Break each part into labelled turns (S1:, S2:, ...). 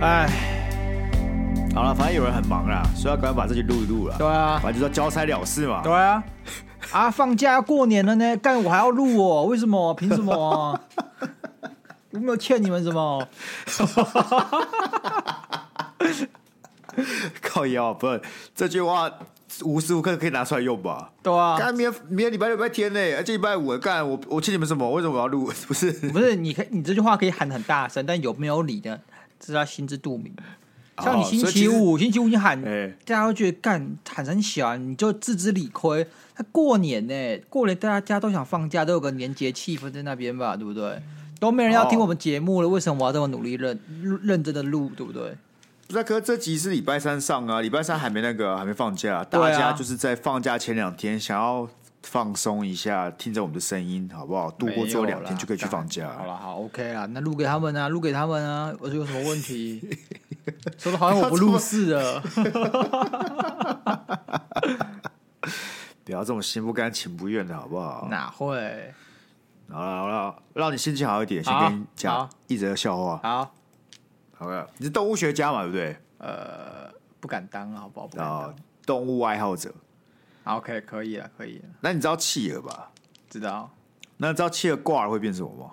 S1: 哎，好了，反正有人很忙啦，所以要赶快把这集录一录了。
S2: 对啊，
S1: 反正就是要交差了事嘛。
S2: 对啊，啊，放假要过年了呢，干我还要录哦？为什么？凭什 么？我没有欠你们什么？
S1: 靠腰，不是这句话无时无刻可以拿出来用吧？
S2: 对啊，
S1: 干明天明天礼拜六礼拜天呢、而且礼拜五干我我欠你们什么？为什么我要录？ 不是
S2: 不是，你可以你这句话可以喊得很大声，但有没有理呢？这要心知肚明。像你
S1: 哦
S2: 星
S1: 所以其
S2: 期
S1: 实
S2: 五，星期五你喊，
S1: 哎
S2: 大家都觉得干喊很小啊，你就自知理亏。那过年呢、过年大家大家都想放假，都有个年节气氛在那边吧，对不对？都没人要听
S1: 哦
S2: 我们节目了，为什么我要这么努力认认真的录，对不对？
S1: 不是啊，可是这集是礼拜三上啊，礼拜三还没那个还没放假，
S2: 对啊
S1: 大家就是在放假前两天想要放松一下，听着我们的声音好不好？度过最后两天就可以去放假。
S2: 好了，好 OK 啦，那录给他们啊，录给他们啊，我有什么问 题？说的好像我不啊录似的。
S1: 不要这种心不甘情不愿的好不好？
S2: 哪会？
S1: 好了好了，让你心情好一点，先
S2: 好啊
S1: 跟你讲
S2: 好
S1: 一则笑话。
S2: 好，
S1: 好了，你是动物学家嘛，对不对？
S2: 呃，不敢当了，好不好？不敢
S1: 然
S2: 当
S1: 后。动物爱好者。
S2: 好 OK，可以了，可以了，
S1: 那你知道企鹅吧？
S2: 知道。
S1: 那你知道企鹅挂了会变什么吗？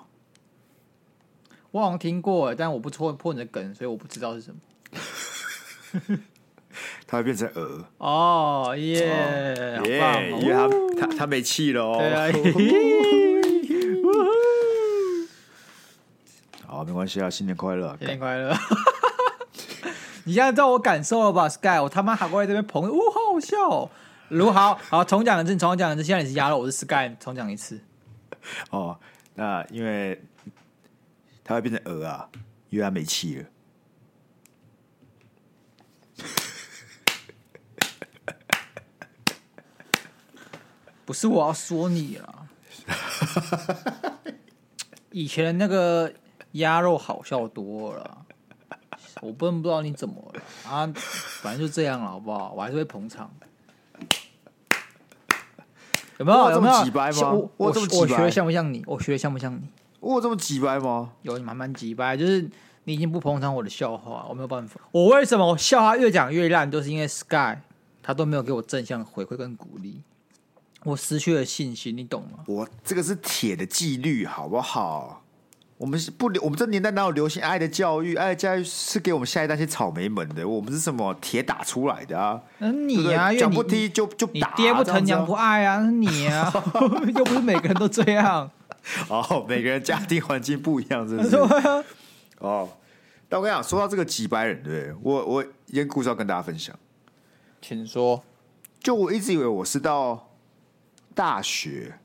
S2: 我好像听过，欸但我不戳破你的梗，所以我不知道是什么。
S1: 它会变成鹅。啊
S2: 哦耶，好
S1: 耶
S2: 棒哦！
S1: 因为它它它没气了哦。
S2: 对啊， 嘿嘿
S1: 好，没关系啊，新年快乐。
S2: 新年快乐！ 你现在知道我感受了吧，Sky？我他妈还会在这边捧，哦，好好笑、哦。如好好重讲一次，重讲一次。现在你是鸭肉，我是 Sky，重讲一次。
S1: 哦，那因为它会变成鹅啊，因为它没气了。
S2: 不是我要说你了， 以前那个鸭肉好笑多了啦，我不能不知道你怎么了啊，反正就这样了，好不好？我还是会捧场的。有没有？
S1: 我
S2: 有
S1: 有这
S2: 没
S1: 么
S2: 有
S1: 鸡掰吗
S2: 像我
S1: 我
S2: 我
S1: 有这么鸡
S2: 我学
S1: 掰
S2: 的像不像你？我学的像不像你？
S1: 我哦有这么急掰吗？
S2: 有你慢慢急掰，就是你已经不捧场我的笑话，我没有办法。我为什么笑话越讲越烂，都是因为 Sky 他都没有给我正向回馈跟鼓励，我失去了信心，你懂吗？
S1: 我这个是铁的纪律，好不好？我们是不流，我们这年代哪有流行爱的教育？爱的教育是给我们下一代些草莓们的，我们是什么铁打出来的啊？
S2: 那
S1: 对不
S2: 你
S1: 对
S2: 啊，因为
S1: 讲
S2: 你
S1: 不踢就就
S2: 你
S1: 打啊、
S2: 爹不
S1: 这样
S2: 疼
S1: 子啊
S2: 娘不爱啊，那你 啊，又不是每个人都这样。
S1: 哦，每个人家庭环境不一样，真是
S2: 对啊，
S1: 哦。但我跟你讲，说到这个几百人，对不对我我一件故事要跟大家分享。
S2: 请说。
S1: 就我一直以为我是到大学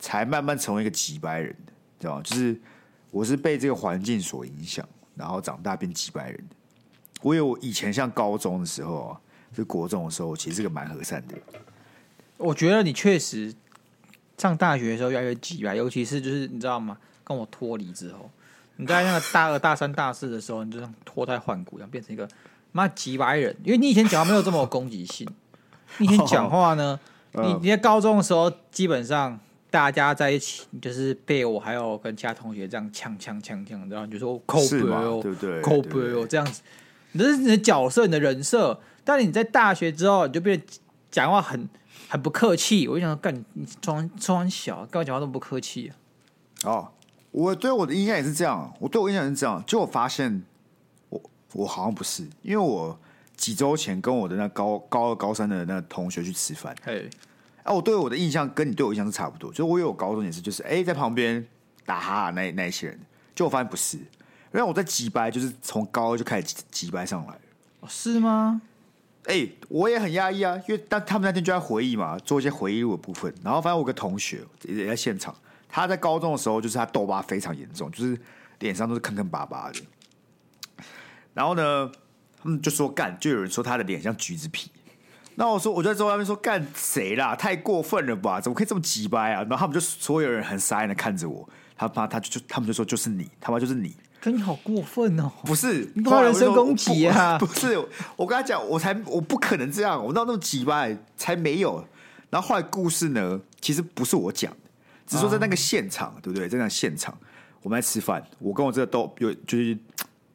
S1: 才慢慢成为一个几百人的，知道吗？就是我是被这个环境所影响，然后长大变几百人的。我有我以前像高中的时候啊，就国中的时候，我其实是个蛮和善的人。
S2: 我觉得你确实上大学的时候越来越急啊，尤其是就是你知道吗？跟我脱离之后，你在那个大二、大三、大四的时候，你就像脱胎换骨一样，变成一个妈几百人。因为你以前讲话没有这么有攻击性，你以前讲话呢，你
S1: 嗯
S2: 你在高中的时候基本上。大家在一起就是被我还有跟其他同学这样呛呛呛呛，然后你就说扣
S1: 是
S2: 不
S1: 吗
S2: 哦，
S1: 对不对
S2: 扣
S1: 对
S2: 不
S1: 不对
S2: 哦，这样子，你这是你的角色，你的人设。但你在大学之后，你就变得讲话很很不客气。我就想说，干你装装小，干嘛讲话这么不客气、啊？
S1: 哦，我对我的印象也是这样，我对我印象也是这样。就我发现，我我好像不是，因为我几周前跟我的那高高二、高三的那个同学去吃饭，
S2: 嘿，
S1: 啊，我对我的印象跟你对我印象是差不多，就是我有高中也是，就是哎、在旁边打哈哈那那一些人，就我发现不是，因为我在急掰，就是从高二就开始急急掰上来了。
S2: 哦是吗？
S1: 哎、我也很压抑啊，因为但他们那天就在回忆嘛，做一些回忆录的部分。然后反正我有个同学也在现场，他在高中的时候就是他痘疤非常严重，就是脸上都是坑坑巴巴的。然后呢，他们就说干，就有人说他的脸像橘子皮。那我说，我就在桌外面说干谁啦？太过分了吧？怎么可以这么鸡掰啊？然后他们就所有人很傻眼的看着我，他妈他就就他们就说就是你，他妈就是你。
S2: 可你好过分哦！
S1: 不是，
S2: 你干嘛
S1: 后来我
S2: 人身
S1: 就说
S2: 攻击啊
S1: 我不 不是，我跟他讲，我才我不可能这样，我闹那么急吧，才没有。然后后来故事呢，其实不是我讲的，只是说在那个现场，对不对？在那个现场，我们在吃饭，我跟我这个豆有就是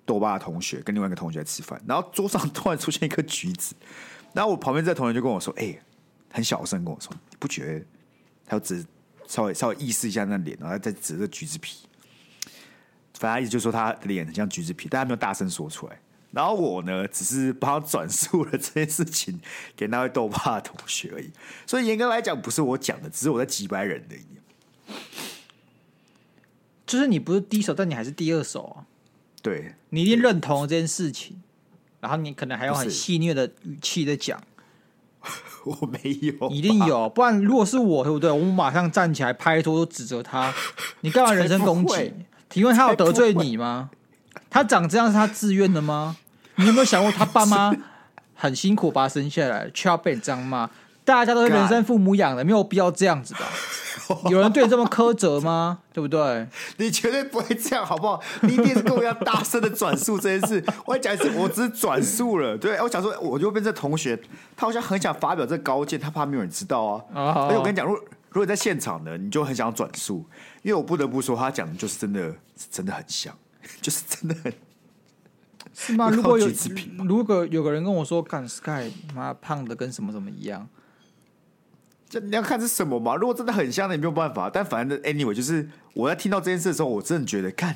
S1: 豆爸的同学跟另外一个同学在吃饭，然后桌上突然出现一颗橘子，然后我旁边这个同学就跟我说：“哎、很小声跟我说，你不觉得？”他就只稍微稍微意识一下那脸，然后再指着橘子皮。反正他意思就是说他的脸很像橘子皮，但他没有大声说出来。然后我呢，只是帮他转述了这件事情给那位豆爸的同学而已。所以严格来讲，不是我讲的，只是我在几百人而已。
S2: 就是你不是第一手，但你还是第二手啊，
S1: 对，
S2: 你一定认同这件事情，然后你可能还用很
S1: 不是
S2: 戏谑的语气在讲，
S1: 我没有，
S2: 你一定有，不然如果是我，对不对？我马上站起来拍桌指责 他，你干嘛人身攻
S1: 才
S2: 击
S1: 不？
S2: 提问他有
S1: 才不
S2: 得罪
S1: 会
S2: 你吗？他长这样是他自愿的吗？你有没有想过他爸 妈很辛苦把他生下来，却要被你这样骂？大家都是人生父母养的，没有必要这样 子吧？有人对你这么苛责吗？对不对？
S1: 你绝对不会这样，好不好？ 你一定是跟我一样大声的转述这件事。 我要讲一次，我只是转述了。对，我想说，我就变成同学，他好像很想发表这高见，他怕没有人知道啊。
S2: 哦
S1: 而且我跟你讲，如果如果你在现场呢，你就很想转述，因为我不得不说，他讲的就是真的，是真的很像， 就是真的很
S2: 是 吗？
S1: 靠
S2: 如果有
S1: 橘子啊皮吗
S2: 如果有个人跟我说，干 Sky 妈胖的跟什么什么一样，
S1: 就你要看是什么嘛。如果真的很像的，也没有办法。但反正 anyway，就是我在听到这件事的时候，我真的觉得，看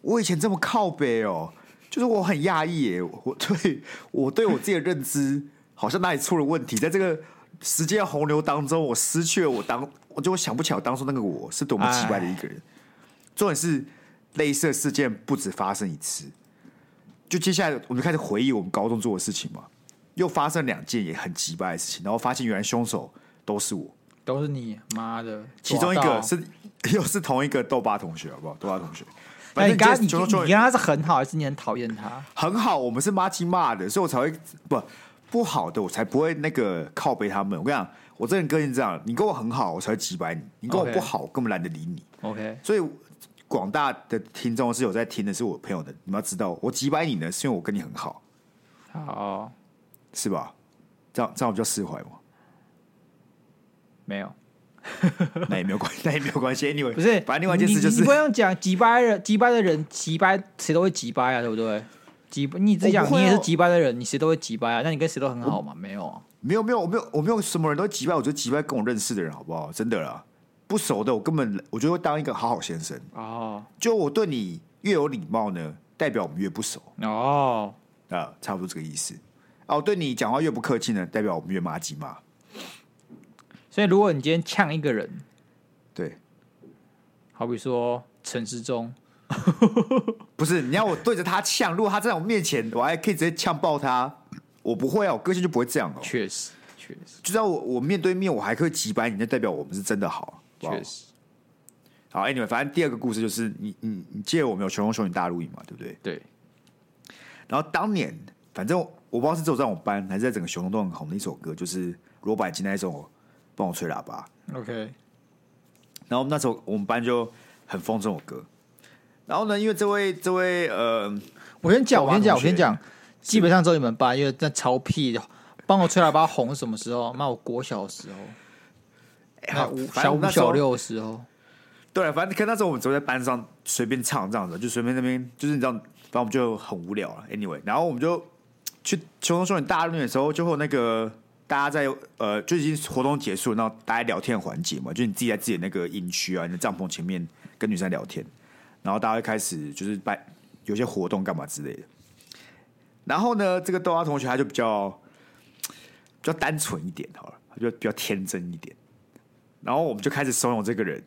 S1: 我以前这么靠北哦，就是我很讶异耶。我对我对我自己的认知好像哪里出了问题，在这个时间洪流当中，我失去了我当，我就想不起来我当初那个我是多么奇怪的一个人。重点是类似的事件不止发生一次，就接下来我们就开始回忆我们高中做的事情嘛，又发生两件也很奇怪的事情，然后发现原来凶手都是我，
S2: 都是你妈的。
S1: 其中一
S2: 抓
S1: 个
S2: 到
S1: 是 又是同一个豆爸同学，好不好？豆爸同学，
S2: 那哎你跟
S1: 反
S2: 他
S1: 正
S2: 你
S1: 就
S2: 你
S1: 就
S2: 你
S1: 就
S2: 跟他是很好，还是你很讨厌他？
S1: 很好，我们是妈鸡骂的，所以我才会不不好的，我才不会那个靠背他们。我跟你讲，我这个人个性这样，你跟我很好，我才会击败你；你跟我
S2: OK
S1: 不好，我根本懒得理你。
S2: OK，
S1: 所以广大的听众是有在听的，是我朋友的，你们要知道，我击败你呢，是因为我跟你很好，
S2: 好，
S1: 是吧？这样这样我比较释怀嘛。
S2: 没有，
S1: 那也没有关， 那也没有关系。Anyway，
S2: 不是，
S1: 反正另外一件事就
S2: 你
S1: 是
S2: 你不用讲急掰人，急掰的人，急掰谁都会急掰啊，对不对？急，你自己讲
S1: 我，不
S2: 你
S1: 会啊
S2: 也是急掰的人，你谁都会急掰啊，那你跟谁都很好嘛？没有啊，
S1: 没有没有，我没有我没有什么人都击败，我就击败跟我认识的人，好不好？真的啦，不熟的我根本我就会当一个好好先生。
S2: 哦
S1: 就我对你越有礼貌呢，代表我们越不熟
S2: 哦，
S1: 啊、差不多这个意思。哦、我对你讲话越不客气呢，代表我们越麻吉嘛。
S2: 所以如果你今天呛一个人，
S1: 对，
S2: 好比说陈世忠，
S1: 不是你要我对着他呛，如果他在我面前，我还可以直接呛爆他。我不会啊，我个性就不会这样哦。
S2: 确实，确实，
S1: 就算我我面对面，我还可以击败你，那代表我们是真的好。好不好
S2: 确实，
S1: 好，Anyway，反正第二个故事就是你你你记得我们有《熊熊熊女大陆营》嘛，对不对？
S2: 对，
S1: 然后当年，反正我不知道是只有在我们班，还是在整个熊熊都很红的一首歌，就是罗百吉那一首《帮我吹喇叭》。
S2: OK，
S1: 然后那时候我们班就很疯这首歌。然后呢，因为这位这位呃，
S2: 我先讲，我先讲，我
S1: 同学
S2: 先讲，基本上只有你们班，因为那超屁的，帮我吹喇叭红是什么时候？妈，我国小的时候，那哎五
S1: 哎反
S2: 小
S1: 正
S2: 五
S1: 那时候
S2: 小六的时候，
S1: 对啊了，反正可那时候我们只会在班上随便唱这样子，就随便那边就是你知道，反正我们就很无聊了。Anyway，然后我们就去球童说你大陆的时候，就会有那个大家在呃就已经活动结束，然后大家聊天环节嘛，就你自己在自己的那个营区啊，你的帐篷前面跟女生聊天，然后大家会开始就是办有些活动干嘛之类的。然后呢，这个豆花同学他就比较比较单纯一点好了，他就比较天真一点。然后我们就开始怂恿这个人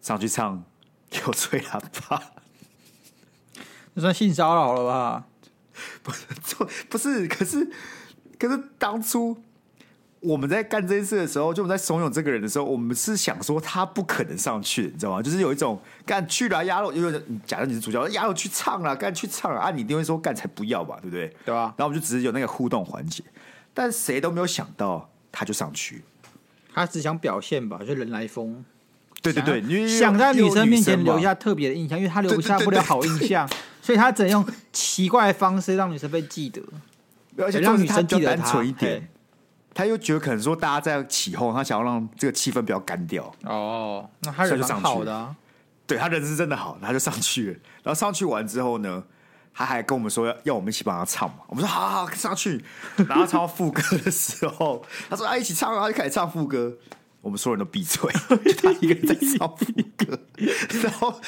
S1: 上去唱《有吹喇叭》
S2: 那算性骚扰了吧？
S1: 就不是，可是可是当初我们在干这件事的时候，就我们在怂恿这个人的时候，我们是想说他不可能上去，你知道吗？就是有一种干去了鸭肉，因为你假设你是主角，鸭肉去唱啦，干去唱啦，啊，你一定会说干才不要吧，对不对？啊
S2: 对吧？
S1: 然后我们就只是有那个互动环节，但谁都没有想到他就上去。
S2: 他只想表现吧，就人来疯，
S1: 对对对，因为
S2: 想在
S1: 因
S2: 女
S1: 为
S2: 生面前
S1: 嘛
S2: 留下特别的印象，因为他留
S1: 对对
S2: 下
S1: 对
S2: 不了
S1: 对
S2: 好印象， 所以他只能用奇怪的方式让女生被记得，
S1: 而且
S2: 让
S1: 就是
S2: 女
S1: 他
S2: 生
S1: 比较
S2: 记得
S1: 单
S2: 他
S1: 纯一点
S2: 嘿。
S1: 他又觉得可能说大家在起哄，他想要让这个气氛比较干掉。
S2: 哦，那他
S1: 所
S2: 人
S1: 以就上
S2: 蛮
S1: 去
S2: 好的啊，
S1: 对他人是真的好，他就上去了。然后上去完之后呢，他还跟我们说要要我们一起帮他唱嘛。我们说好好好上去。然后唱到副歌的时候，他说啊一起唱啊，然后就开始唱副歌。我们所有人都闭嘴，就他一个人在唱副歌。然后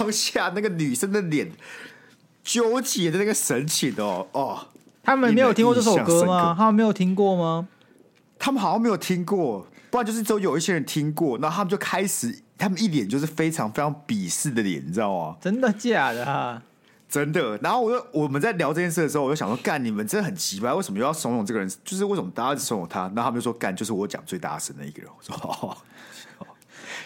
S1: 当下那个女生的脸纠结的那个神情哦哦，
S2: 他们没有听过这首歌
S1: 印象
S2: 吗
S1: 深？刻
S2: 他们没有听过吗？
S1: 他们好像没有听过，不然就是只有有一些人听过，然后他们就开始，他们一脸就是非常非常鄙视的脸，你知道吗？
S2: 真的假的啊？
S1: 真的。然后我就我们在聊这件事的时候，我就想说，干你们真的很奇怪，为什么又要怂恿这个人？就是为什么大家一直怂恿他？然后他们就说，干就是我讲最大声的一个人。我说 哦，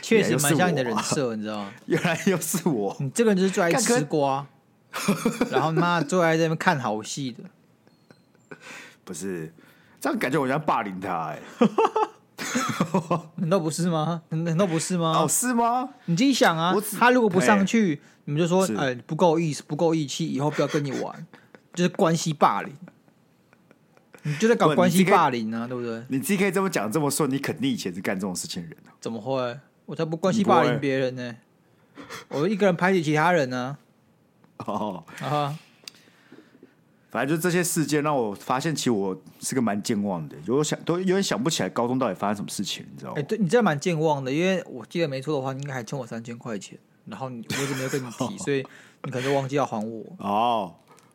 S2: 确实
S1: 原来就是
S2: 蛮像你的人
S1: 我啊
S2: 设，你知道吗？
S1: 原来又是我。
S2: 你这个人就是最爱
S1: 干可
S2: 吃 瓜，然后妈最爱在那边看好戏的。
S1: 不是，这样感觉我像霸凌他、哎、
S2: 难道不是吗？难道不是吗？
S1: 哦，是吗？
S2: 你自己想啊
S1: 我只，
S2: 他如果不
S1: 哎
S2: 上去，你们就说
S1: 是
S2: 呃不够意思，不够义气，以后不要跟你玩， 就是关系霸凌。你就在
S1: 不
S2: 搞
S1: 你
S2: 关系
S1: 这个
S2: 霸凌啊，对不对？
S1: 你自己可以这么讲这么顺，你肯定以前是干这种事情的人、啊、
S2: 怎么会？我才不关
S1: 你
S2: 系
S1: 不会
S2: 霸凌别人呢、我一个人排挤其他人呢、
S1: 哦。
S2: 啊。哈，
S1: 反正就这些事件让我发现，其实我是个蛮健忘的，有想都有点想不起来高中到底发生什么事情，你知道
S2: 哎、
S1: 吗？
S2: 对你这蛮健忘的，因为我记得没错的话，你应该还欠我三千块钱，然后你我一直没有跟你 提，所以你可能就忘记要还我。
S1: 哦，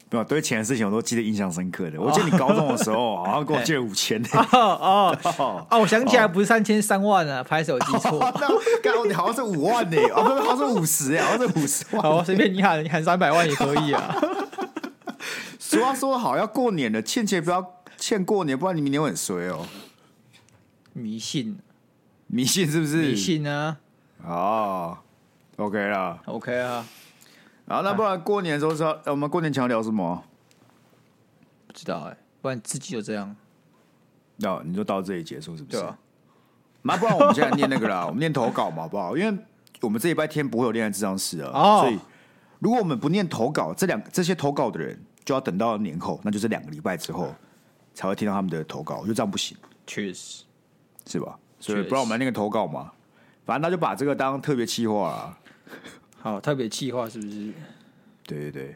S1: 没有，对以前的事情我都记得印象深刻的。 我记得你高中的时候好像跟我借了五千呢。
S2: 哦哦
S1: 哦，
S2: 哦，我想起来不是三千三万啊，拍手记错。
S1: 那刚你好像是五万呢，哦，不是，好像是五十哎，好像是五十万。
S2: 好，随啊便你喊，你喊三百万也可以啊。
S1: 俗话说得好，要过年了，欠钱不要欠过年，不然你明年会很衰哦。
S2: 迷信，
S1: 迷信是不是？
S2: 迷信啊
S1: 哦，OK 啦。
S2: ，OK 啊，
S1: 好，那不然过年的时候是要我们过年前要聊什么？
S2: 不知道哎、不然自己就这样，
S1: 那、
S2: 哦
S1: 你就到这里结束是不是？
S2: 对吧、
S1: 那不然啊我们现在念那个啦，我们念投稿嘛，好不好？因为我们这礼拜天不会有恋爱智商室了，
S2: 哦
S1: 所以如果我们不念投稿，这两这些投稿的人就要等到年后，那就是两个礼拜之后才会听到他们的投稿，我觉得这样不行，
S2: 确实，
S1: 是吧？所以
S2: 确实
S1: 不然我们来念个投稿嘛，反正他就把这个当特别企划啊啦。
S2: 好，特别气话是不是？
S1: 对对对，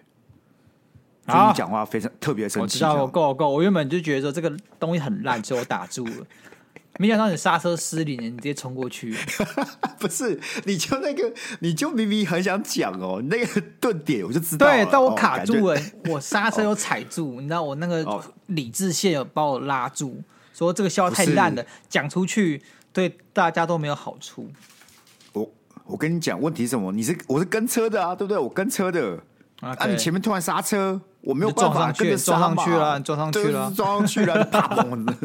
S2: 好
S1: 所以你讲话非常特别生
S2: 啊我
S1: 气
S2: 知
S1: 啊这样，
S2: 道，我够我够，我原本就觉得说这个东西很烂，所以我打住 了。没想到你刹车失灵了，你直接冲过去，
S1: 不是？你就那个，你就明明很想讲哦，你那个顿点我就知道了，
S2: 对，但我
S1: 哦
S2: 卡
S1: 感
S2: 住
S1: 觉
S2: 了，我刹车有踩住，你知道我那个
S1: 哦
S2: 理智线有把我拉住，说这个笑话太烂了，讲出去对大家都没有好处。
S1: 我我跟你讲，问题是什么？你是我是跟车的啊，对不对？我跟车的啊，你前面突然刹车，我没有办法跟着刹嘛
S2: 你就撞上去了你撞上去了
S1: 对就是撞上去了，啪 嘣！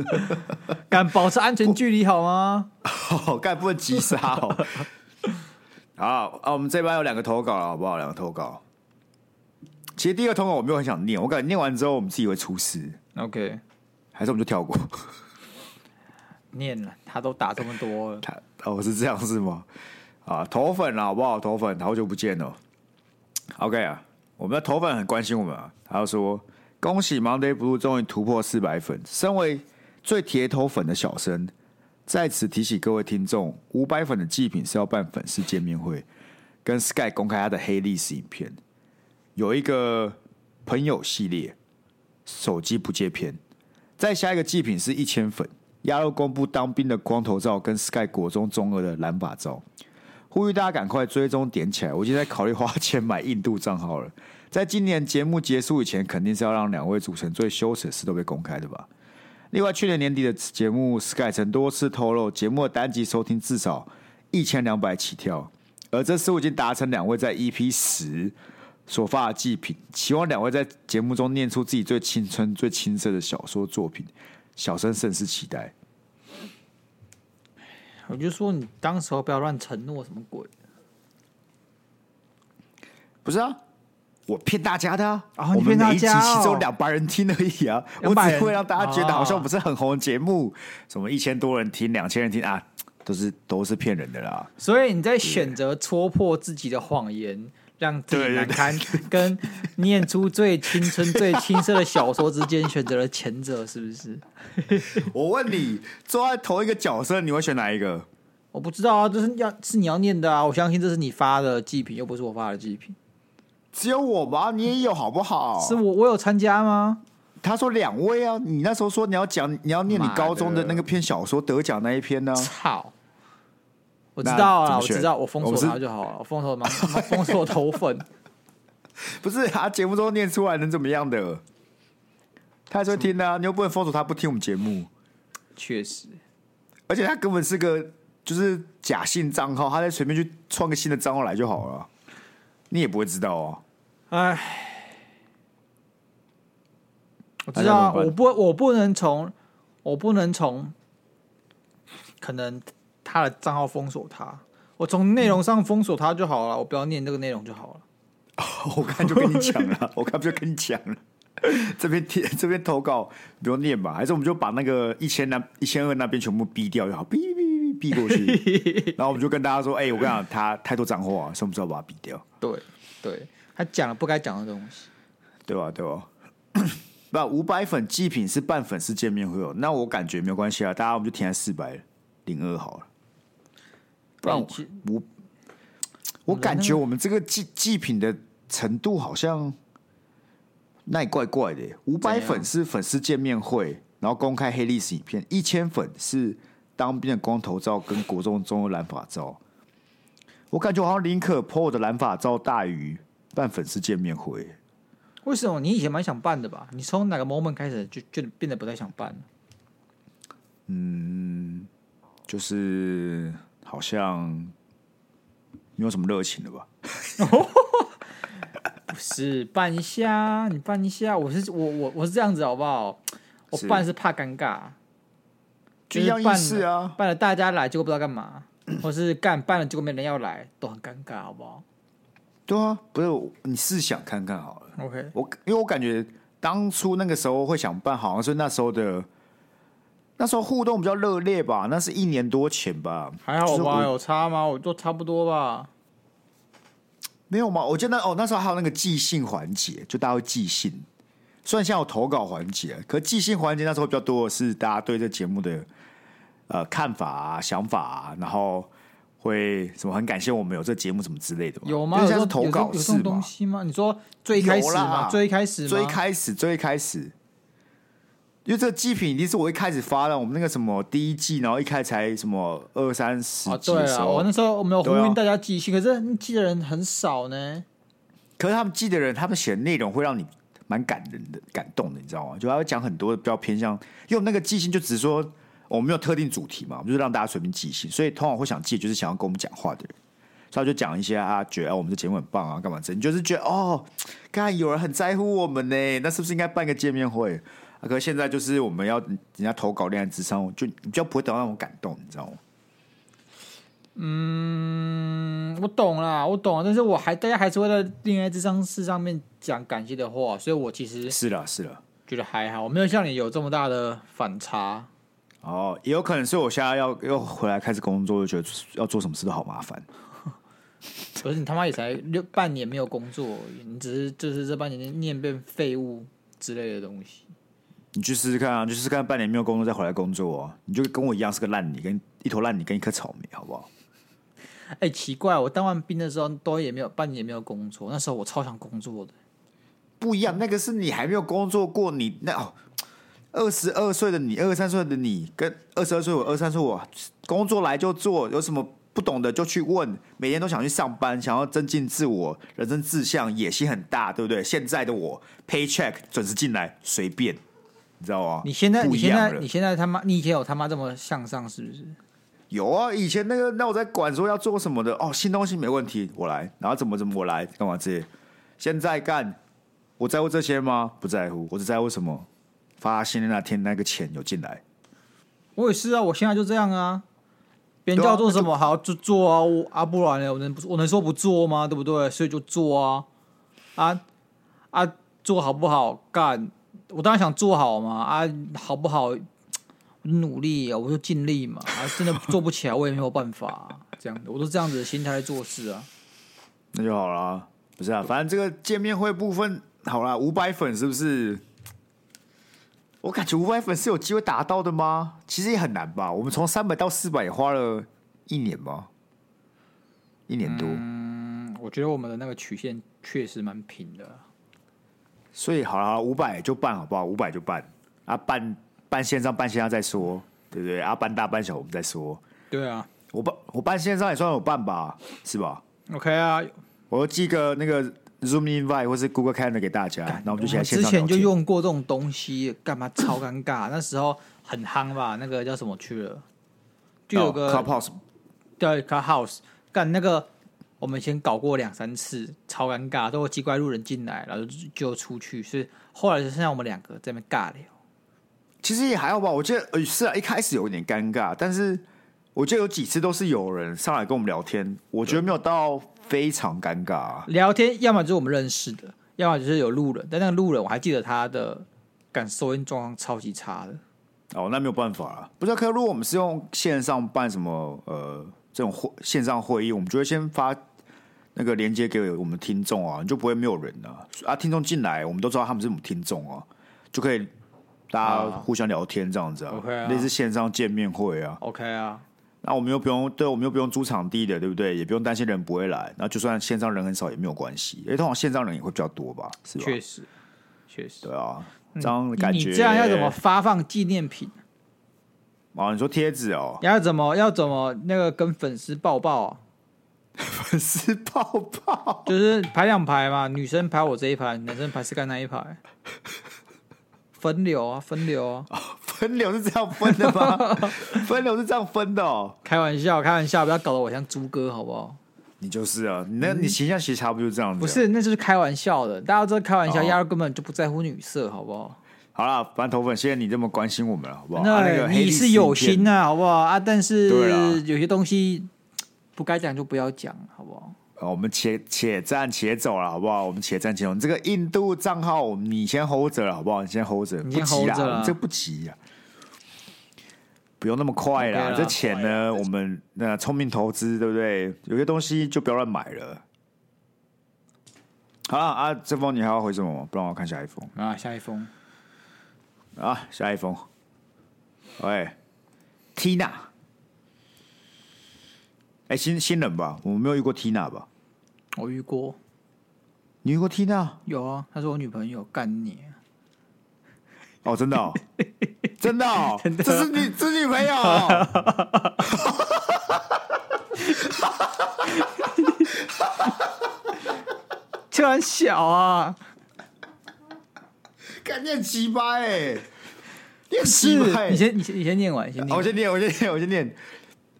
S2: 敢保持安全距离好吗？
S1: 哦，干不能急刹哦。好啊，我们这边有两个投稿了，好不好？两个投稿。其实第一个投稿我没有很想念，我感觉念完之后我们自己会出事，
S2: OK，
S1: 还是我们就跳过。
S2: 念了，他都打这么多了，
S1: 他哦，是这样是吗？啊，头粉啦，好不好？头粉，好久不见了。OK 啊，我们的头粉很关心我们啊，他就说：“恭喜 Monday Blue 终于突破四百粉。身为最铁头粉的小生，在此提醒各位听众，五百粉的祭品是要办粉丝见面会，跟 Sky 公开他的黑历史影片，有一个朋友系列，手机不借片。再下一个祭品是一千粉，鸭肉公布当兵的光头照跟 Sky 国中中二的蓝发照，呼吁大家赶快追踪点起来。我现在考虑花钱买印度账号了。在今年节目结束以前，肯定是要让两位主持人最羞耻的事都被公开的吧。另外，去年年底的节目 Sky 曾多次透露，节目的单集收听至少一千两百起跳，而这次我已经达成两位在 EP 十所发的祭品，希望两位在节目中念出自己最青春、最青涩的小说作品，小生甚是期待。
S2: 我就说你当时候不要乱承诺什么鬼
S1: 不是啊，我骗大家的啊！
S2: 哦
S1: 我
S2: 你
S1: 们
S2: 骗大
S1: 每一集
S2: 家哦
S1: 其实有两百人听而已啊，我
S2: 200
S1: 只
S2: 人
S1: 会让大家觉得好像
S2: 哦
S1: 我们是很红的节目，什么一千多人听、两千人听啊，都是都是骗人的啦。
S2: 所以你在选择戳破自己的谎言，让自己
S1: 对对
S2: 难堪，跟念出最青春、最青涩的小说之间选择了前者，是不是？
S1: 我问你，坐在同一个角色，你会选哪一个？
S2: 我不知道啊，这是要是你要念的啊，我相信这是你发的祭品，又不是我发的祭品。
S1: 只有我吧，你也有好不好？
S2: 是我我有参加吗？
S1: 他说两位啊，你那时候说你要讲，你要念你
S2: 妈的
S1: 高中的那个篇小说得奖那一篇呢、
S2: 啊操！我知
S1: 那
S2: 道
S1: 怎
S2: 啊，
S1: 么
S2: 我知
S1: 选
S2: 道，我封
S1: 我
S2: 锁
S1: 是
S2: 他就好了，我封锁盲， 封锁头粉。
S1: 不是他节目中念出来能怎么样的？他还是会听的、啊，你又不能封锁他不听我们节目，
S2: 确实，
S1: 而且他根本是个就是假性账号，他再随便去创个新的账号来就好了，你也不会知道哦。
S2: 唉，我
S1: 那
S2: 知道
S1: 要
S2: 啊，
S1: 怎么办
S2: 我不我不能从我不能从可能他的账号封锁他，我从内容上封锁他就好了，我不要念这个内容就好了。
S1: 我刚才就跟你讲了，我刚才不就跟你讲了。这边贴这边投稿不用念吧，还是我们就把那个一千那一千二那边全部逼掉就好，逼逼逼逼逼过去，然后我们就跟大家说，哎、我跟你讲，他太多脏话、啊，什么时候把它逼掉，
S2: 对对，他讲了不该讲的东西。
S1: 对吧？对吧？ 那五百粉祭品是办粉丝见面会哦，那我感觉没有关系啊，大家我们就停在四百零二好了，不然我
S2: 哎其
S1: 我我感觉我们这个祭祭品的程度好像那也怪怪的耶。五
S2: 怎
S1: 百
S2: 样
S1: 粉是粉丝见面会，然后公开黑历史影片；一千粉是当兵的光头照跟国中中的染发照。我感觉我好像林可 PO 我的染发照大于办粉丝见面会耶。
S2: 为什么你以前蛮想办的吧？你从哪个 moment 开始就就变得不太想办了？
S1: 就是好像没有什么热情了吧？
S2: 不是办一下，你办一下，我是我我我是这样子好不好？我
S1: 是
S2: 办是怕尴尬，就
S1: 就
S2: 是
S1: 一样意
S2: 办
S1: 思
S2: 了
S1: 啊，
S2: 办了大家来，结果不知道干嘛， 或是干办了结果没人要来，都很尴尬，好不好
S1: 对啊，不是我你试想看看好了。
S2: ？OK，
S1: 我因为我感觉当初那个时候会想办，好像是那时候的那时候互动比较热烈吧，那是一年多前吧，
S2: 还好
S1: 就是
S2: 吧？
S1: 我
S2: 有差吗？我都差不多吧。
S1: 没有吗？我记得那哦，那时候还有那个寄信环节，就大家会寄信。虽然现在有投稿环节，可寄信环节那时候比较多的是大家对这节目的呃看法啊、想法啊，然后会什么很感谢我们有这节目什么之类的嘛。
S2: 有吗？
S1: 因
S2: 有
S1: 为
S2: 这
S1: 现
S2: 种
S1: 在是投
S2: 有
S1: 稿
S2: 这有这
S1: 式
S2: 种东
S1: 嘛？
S2: 西吗？你说最一开始
S1: 有
S2: 吗
S1: 啦？
S2: 最一开始吗？
S1: 最一开始，最一开始，因为这个祭品一定是我一开始发的，我们那个什么第一季，然后一开始才什么二三十
S2: 哦，
S1: 集
S2: 对
S1: 的时
S2: 啊，
S1: 候，
S2: 我那时候我们有呼
S1: 对啊
S2: 吁大家寄信，可是寄的人很少呢。
S1: 可是他们记的人，他们写的内容会让你蛮感人的、感动的，你知道吗？就他会讲很多比较偏向，因为我们那个寄信就只是说哦我们没有特定主题嘛，我们就是让大家随便寄信，所以通常会想寄就是想要跟我们讲话的人，所以他就讲一些啊，觉得、啊、我们这节目很棒啊，干嘛这，你就是觉得哦，看有人很在乎我们呢，那是不是应该办个见面会？啊、可是现在就是我们要人家投稿恋爱智商，就比较不会得到那种感动，你知道吗？
S2: 嗯，我懂啦，我懂了，但是我还大家还是会在恋爱智商室上面讲感谢的话，所以我其实
S1: 是了，是了。
S2: 觉得还好，我没有像你有这么大的反差。
S1: 哦，也有可能是我现在要又回来开始工作，就觉得要做什么事都好麻烦。
S2: 不是你他妈也才六半年没有工作而已，你只是就是这半年念变废物之类的东西。
S1: 你去试试看啊，你去试试看半年没有工作再回来工作哦，你就跟我一样是个烂泥，跟一头烂泥跟一颗草莓，好不好？
S2: 哎、奇怪，我当完兵的时候都也没有半年也没有工作，那时候我超想工作的。
S1: 不一样，那个是你还没有工作过，你那哦，二十二岁的你，二十三岁的你，跟二十二岁我，二三岁我，工作来就做，有什么不懂的就去问，每天都想去上班，想要增进自我，人生志向野心很大，对不对？现在的我，paycheck 准时进来，随便，你知道吗？
S2: 你现在
S1: 不
S2: 你
S1: 一
S2: 现
S1: 样
S2: 在
S1: 了
S2: 你现在他妈你以前有他妈这么向上是不是？
S1: 有啊，以前那个那我在管说要做什么的哦，新东西没问题，我来，然后怎么怎么我来，干嘛这些？现在干，我在乎这些吗？不在乎，我只在乎什么？发现那天那个钱有进来，
S2: 我也是啊，我现在就这样啊。别人
S1: 对啊
S2: 叫我做什么，好就做啊！我啊，不然呢？我能不我能说不做吗？对不对？所以就做啊，啊啊，做好不好干？我当然想做好嘛，啊，好不好？我努力啊，我就尽力嘛。啊，真的做不起来，我也没有办法啊、这样的，我都这样子的心态在做事啊。
S1: 那就好啦。不是啊，反正这个见面会部分好啦，五百粉是不是？我感觉五百粉是有机会达到的吗？其实也很难吧。我们从三百到四百也花了一年吗？一年多，
S2: 嗯，我觉得我们的那个曲线确实蛮平的啊。
S1: 所以好了，五百就办好不好？五百就办啊，办办线上办线下再说，对不对？啊，办大办小我们再说。
S2: 对啊
S1: 我办我办线上也算有办吧，是吧？
S2: ，OK 啊，
S1: 我寄个那个 Zoom invite 或是 Google Calendar 给大家，那我们就现在线
S2: 之
S1: 上聊
S2: 前就
S1: 天
S2: 用过这种东西，干嘛超尴尬？ 那时候很夯吧，那个叫什么去了，就有个、
S1: 哦 Clubhouse
S2: 对 Clubhouse 干那个，我们以前搞过两三次，超尴尬，都有奇怪路人进来，然后就就出去，是后来就剩下我们两个在那边尬聊。
S1: 其实也还好吧，我记得呃是啊，一开始有一点尴尬，但是我记得有几次都是有人上来跟我们聊天，我觉得没有到非常尴尬、啊。
S2: 聊天，要么就是我们认识的，要么就是有路人。但那个路人，我还记得他的感收音状况超级差的。
S1: 哦，那没有办法了。不知道，可是如果我们是用线上办什么呃这种会线上会议，我们就会先发那个链接给我们听众啊，你就不会没有人了啊。听众进来，我们都知道他们是我们听众啊，就可以大家互相聊天这样子啊，
S2: 啊 OK 啊
S1: 类似线上见面会啊。
S2: OK 啊，
S1: 那我们又不用，对，我们又不用租场地的，对不对？也不用担心人不会来。那就算线上人很少也没有关系，因为通常线上人也会比较多吧，是吧？
S2: 确实，确实。
S1: 对啊，这样感
S2: 你
S1: 觉、
S2: 这样要怎么发放纪念品？
S1: 啊？你说贴纸 哦，
S2: 要怎么要怎么那个跟粉丝抱抱、啊？
S1: 粉丝抱抱，
S2: 就是排两排嘛，女生排我这一排，男生排是干那一排，分流啊，分流啊，
S1: 分流是这样分的 吗？分流是这样分的哦。
S2: 开玩笑，开玩笑，不要搞得我像猪哥好不好？
S1: 你就是啊，你那你形象其实差不多就是这样子啊、
S2: 不是，那就是开玩笑的，大家都在开玩笑，
S1: 哦
S2: 亚洲根本就不在乎女色，好不好？
S1: 好啦，反正头粉，谢谢你这么关心我们了，好不好？
S2: 那、
S1: 啊那个黑
S2: 你
S1: 历史
S2: 是有
S1: 影片
S2: 心啊，好不好啊？但
S1: 对
S2: 是
S1: 啦
S2: 有些东西不该讲就不要讲，好不好？
S1: 呃，我们且且战且走了，好不好？我们且战且走。你这个印度账号，我们你先 hold 着了，好不好？你先 hold 着，
S2: 你先
S1: 不急
S2: hold 着啦
S1: 啦，我们这不急啊，不用那么快啦。
S2: OK 啦
S1: 这钱呢，我们那聪明投资，对不对？有些东西就不要乱买了。好啦啊，这封你还要回什么吗？不然我看下一封
S2: 啊，下一封，
S1: 啊，下一封。喂，Tina，哎、新新人吧，我们没有遇过 Tina 吧？
S2: 我遇过，
S1: 你遇过 Tina？
S2: 有啊，她是我女朋友，干 你啊、
S1: 哦，真 的、哦，真的、哦，这是你这是女朋友、哦，
S2: 这很小啊，
S1: 感觉很奇葩哎，你很
S2: 是
S1: 奇葩、欸。
S2: 你先你先你先念完，你先念
S1: 好我
S2: 完。
S1: 先念，我先念，我先念。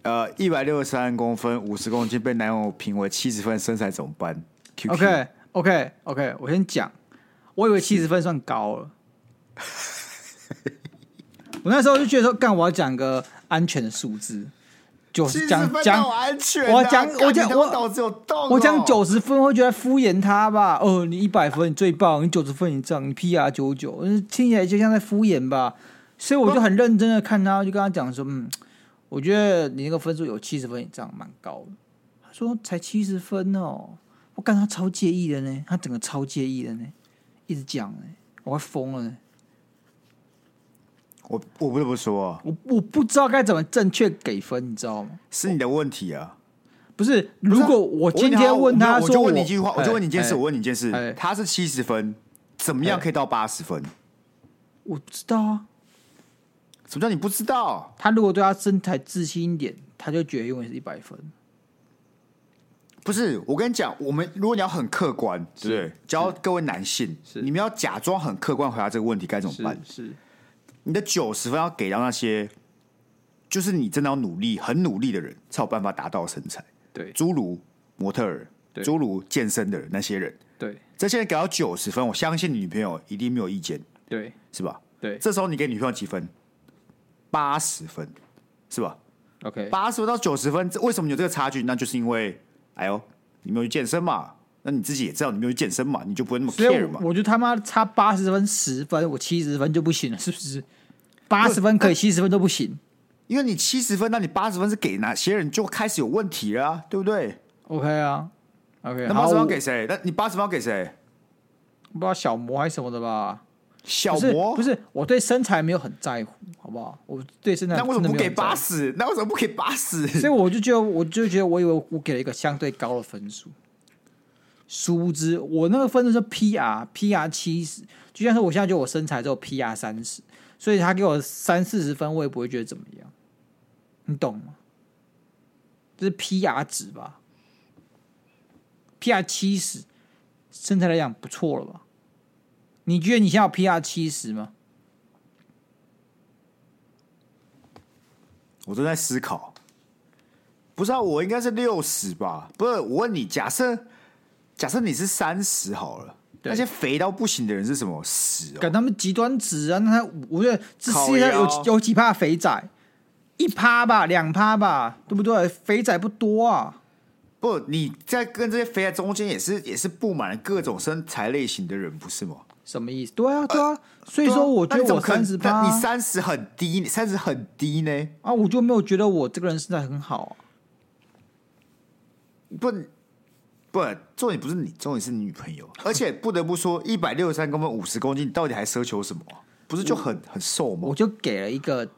S1: 呃，一百六十三公分，五十公斤，被男友评为七十分身材怎么办？QQ
S2: OK OK OK，我先讲，我以为七十分算高 了，我那时候就觉得说，干我要讲个安全的数字，九
S1: 七
S2: 十
S1: 十
S2: 讲
S1: 分
S2: 讲
S1: 到安全啊、
S2: 我讲
S1: 干
S2: 我讲
S1: 你他妈
S2: 我
S1: 脑子有洞哦、
S2: 我讲九十分会觉得敷衍他吧？哦，你一百分你最棒，你九十分以上你 PR 九九，嗯听起来就像在敷衍吧。所以我就很认真的看他，就跟他讲说，嗯，我觉得你那个分数有七十分以上，蛮高的。他说才七十分哦，我感他超介意的呢，他整个超介意的呢，一直讲呢，我快疯了呢。
S1: 我我不得不说，啊
S2: 我我不知道该怎么正确给分，你知道吗？
S1: 是你的问题啊。
S2: 不是，如果我今天问他
S1: 我
S2: 说
S1: 就问你一句话，我就问你一件
S2: 哎
S1: 事，我问你一件
S2: 哎
S1: 事，他是七十分，怎么样可以到八十分？
S2: 我知道啊。
S1: 什么叫你不知道？
S2: 他如果对他身材自信一点，他就觉得永远是一百分。
S1: 不是，我跟你讲，我们如果你要很客观，对不对？教各位男性，你们要假装很客观回答这个问题该怎么办？
S2: 是，
S1: 你的九十分要给到那些，就是你真的要努力、很努力的人才有办法达到的身材，
S2: 对
S1: 诸如模特儿
S2: 对、
S1: 诸如健身的人那些人，
S2: 对
S1: 这些人给到九十分，我相信你女朋友一定没有意见，
S2: 对
S1: 是吧？
S2: 对
S1: 这时候你给女朋友几分？八十分，是吧？
S2: ，OK，
S1: 八十分到九十分，这为什么有这个差距？那就是因为，哎呦，你没有去健身嘛？那你自己也知道你没有去健身嘛，你就不会那么
S2: 所以
S1: care
S2: 我
S1: 嘛？
S2: 我就他妈差八十分十分，我七十分就不行了，是不是？八十分可以，七十分都不行。
S1: 因为你七十分，那你八十分是给哪些人就开始有问题了、啊，对不对？
S2: OK 啊， OK，
S1: 那
S2: 好
S1: 八十
S2: 我
S1: 万给谁？那你八十万给谁？
S2: 不知道小魔还是什么的吧？
S1: 小
S2: 不是
S1: 魔
S2: 不是，我对身材没有很在乎，好不好？我对身材
S1: 那为什
S2: 真
S1: 么
S2: 的
S1: 不
S2: 没有
S1: 给
S2: 很在乎
S1: 八十？那为什么不给八十？
S2: 所以我就觉得，我就觉得，我以为我给了一个相对高的分数，殊不知我那个分数是 PR PR 七十，就像是我现在觉得我身材只有 PR 三十，所以他给我三四十分，我也不会觉得怎么样，你懂吗？这是 PR 值吧？PR 七十，身材来讲不错了吧？你觉得你现在有 PR 七十吗？
S1: 我正在思考。不是啊，我应该是六十吧？不是，我问你，假设假设你是三十好了，
S2: 对
S1: 那些肥到不行的人是什么十、哦？
S2: 跟他们极端值啊！那他我觉得这世
S1: 靠
S2: 界上有
S1: 腰
S2: 有几趴肥仔，一趴吧，两趴吧，对不对？肥仔不多啊，
S1: 不，你在跟这些肥仔中间也是也是布满了各种身材类型的人，不是吗？啊
S2: 什么意思？对啊，对啊。所以说，我觉
S1: 呃那你
S2: 得
S1: 怎
S2: 我
S1: 么可能
S2: 三十啊
S1: 那
S2: 趴
S1: 你三十很低，三十很低呢？
S2: 啊，我就没有觉得我这个人身材很好、啊。
S1: 不不，重点不是你，重点是你女朋友。而且不得不说，一百六十三公分，五十公斤，你到底还奢求什么啊、不是就很很瘦吗
S2: 我？就给了一个，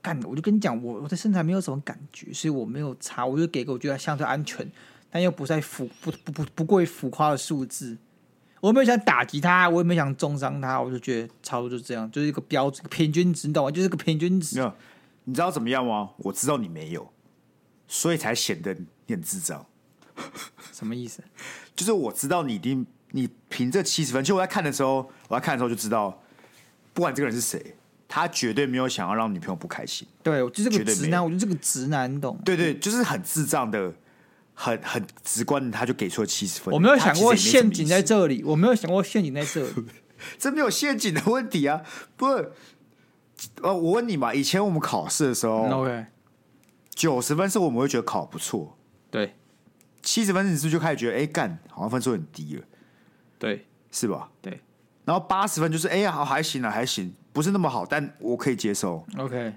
S2: 干，我就跟你讲，我我的身材没有什么感觉，所以我没有差，我就给一个我觉得相对安全，但又不太浮不不不不过于浮夸的数字。我没有想打击他，我也没有想重伤他，我就觉得差不多就这样，就是一个标准平均值，你懂吗？就是个平均值
S1: 没。有，你知道怎么样吗？我知道你没有，所以才显得你很智障。
S2: 什么意思？
S1: 就是我知道你一定，你凭这七十分，其实我在看的时候，我在看的时候就知道，不管这个人是谁，他绝对没有想要让女朋友不开心。
S2: 对，我就是个
S1: 绝对
S2: 直
S1: 没有
S2: 男，我就是个直男，你懂吗？
S1: 对对，就是很智障的，很很直观的，他就给出了七十分。
S2: 我没有
S1: 他
S2: 想
S1: 其实
S2: 过
S1: 也没什么
S2: 陷
S1: 意
S2: 阱
S1: 思
S2: 在这里，我没有想过陷阱在这里。
S1: 这没有陷阱的问题啊！不是，呃，我问你嘛，以前我们考试的时候，
S2: OK，
S1: 九十分是我们会觉得考不错，
S2: 对
S1: 七十分你是不是就开始觉得，哎，干，好像分数很低了，
S2: 对
S1: 是吧？
S2: 对
S1: 然后八十分就是，哎呀，好还行啊，还行，不是那么好，但我可以接受。
S2: ，OK，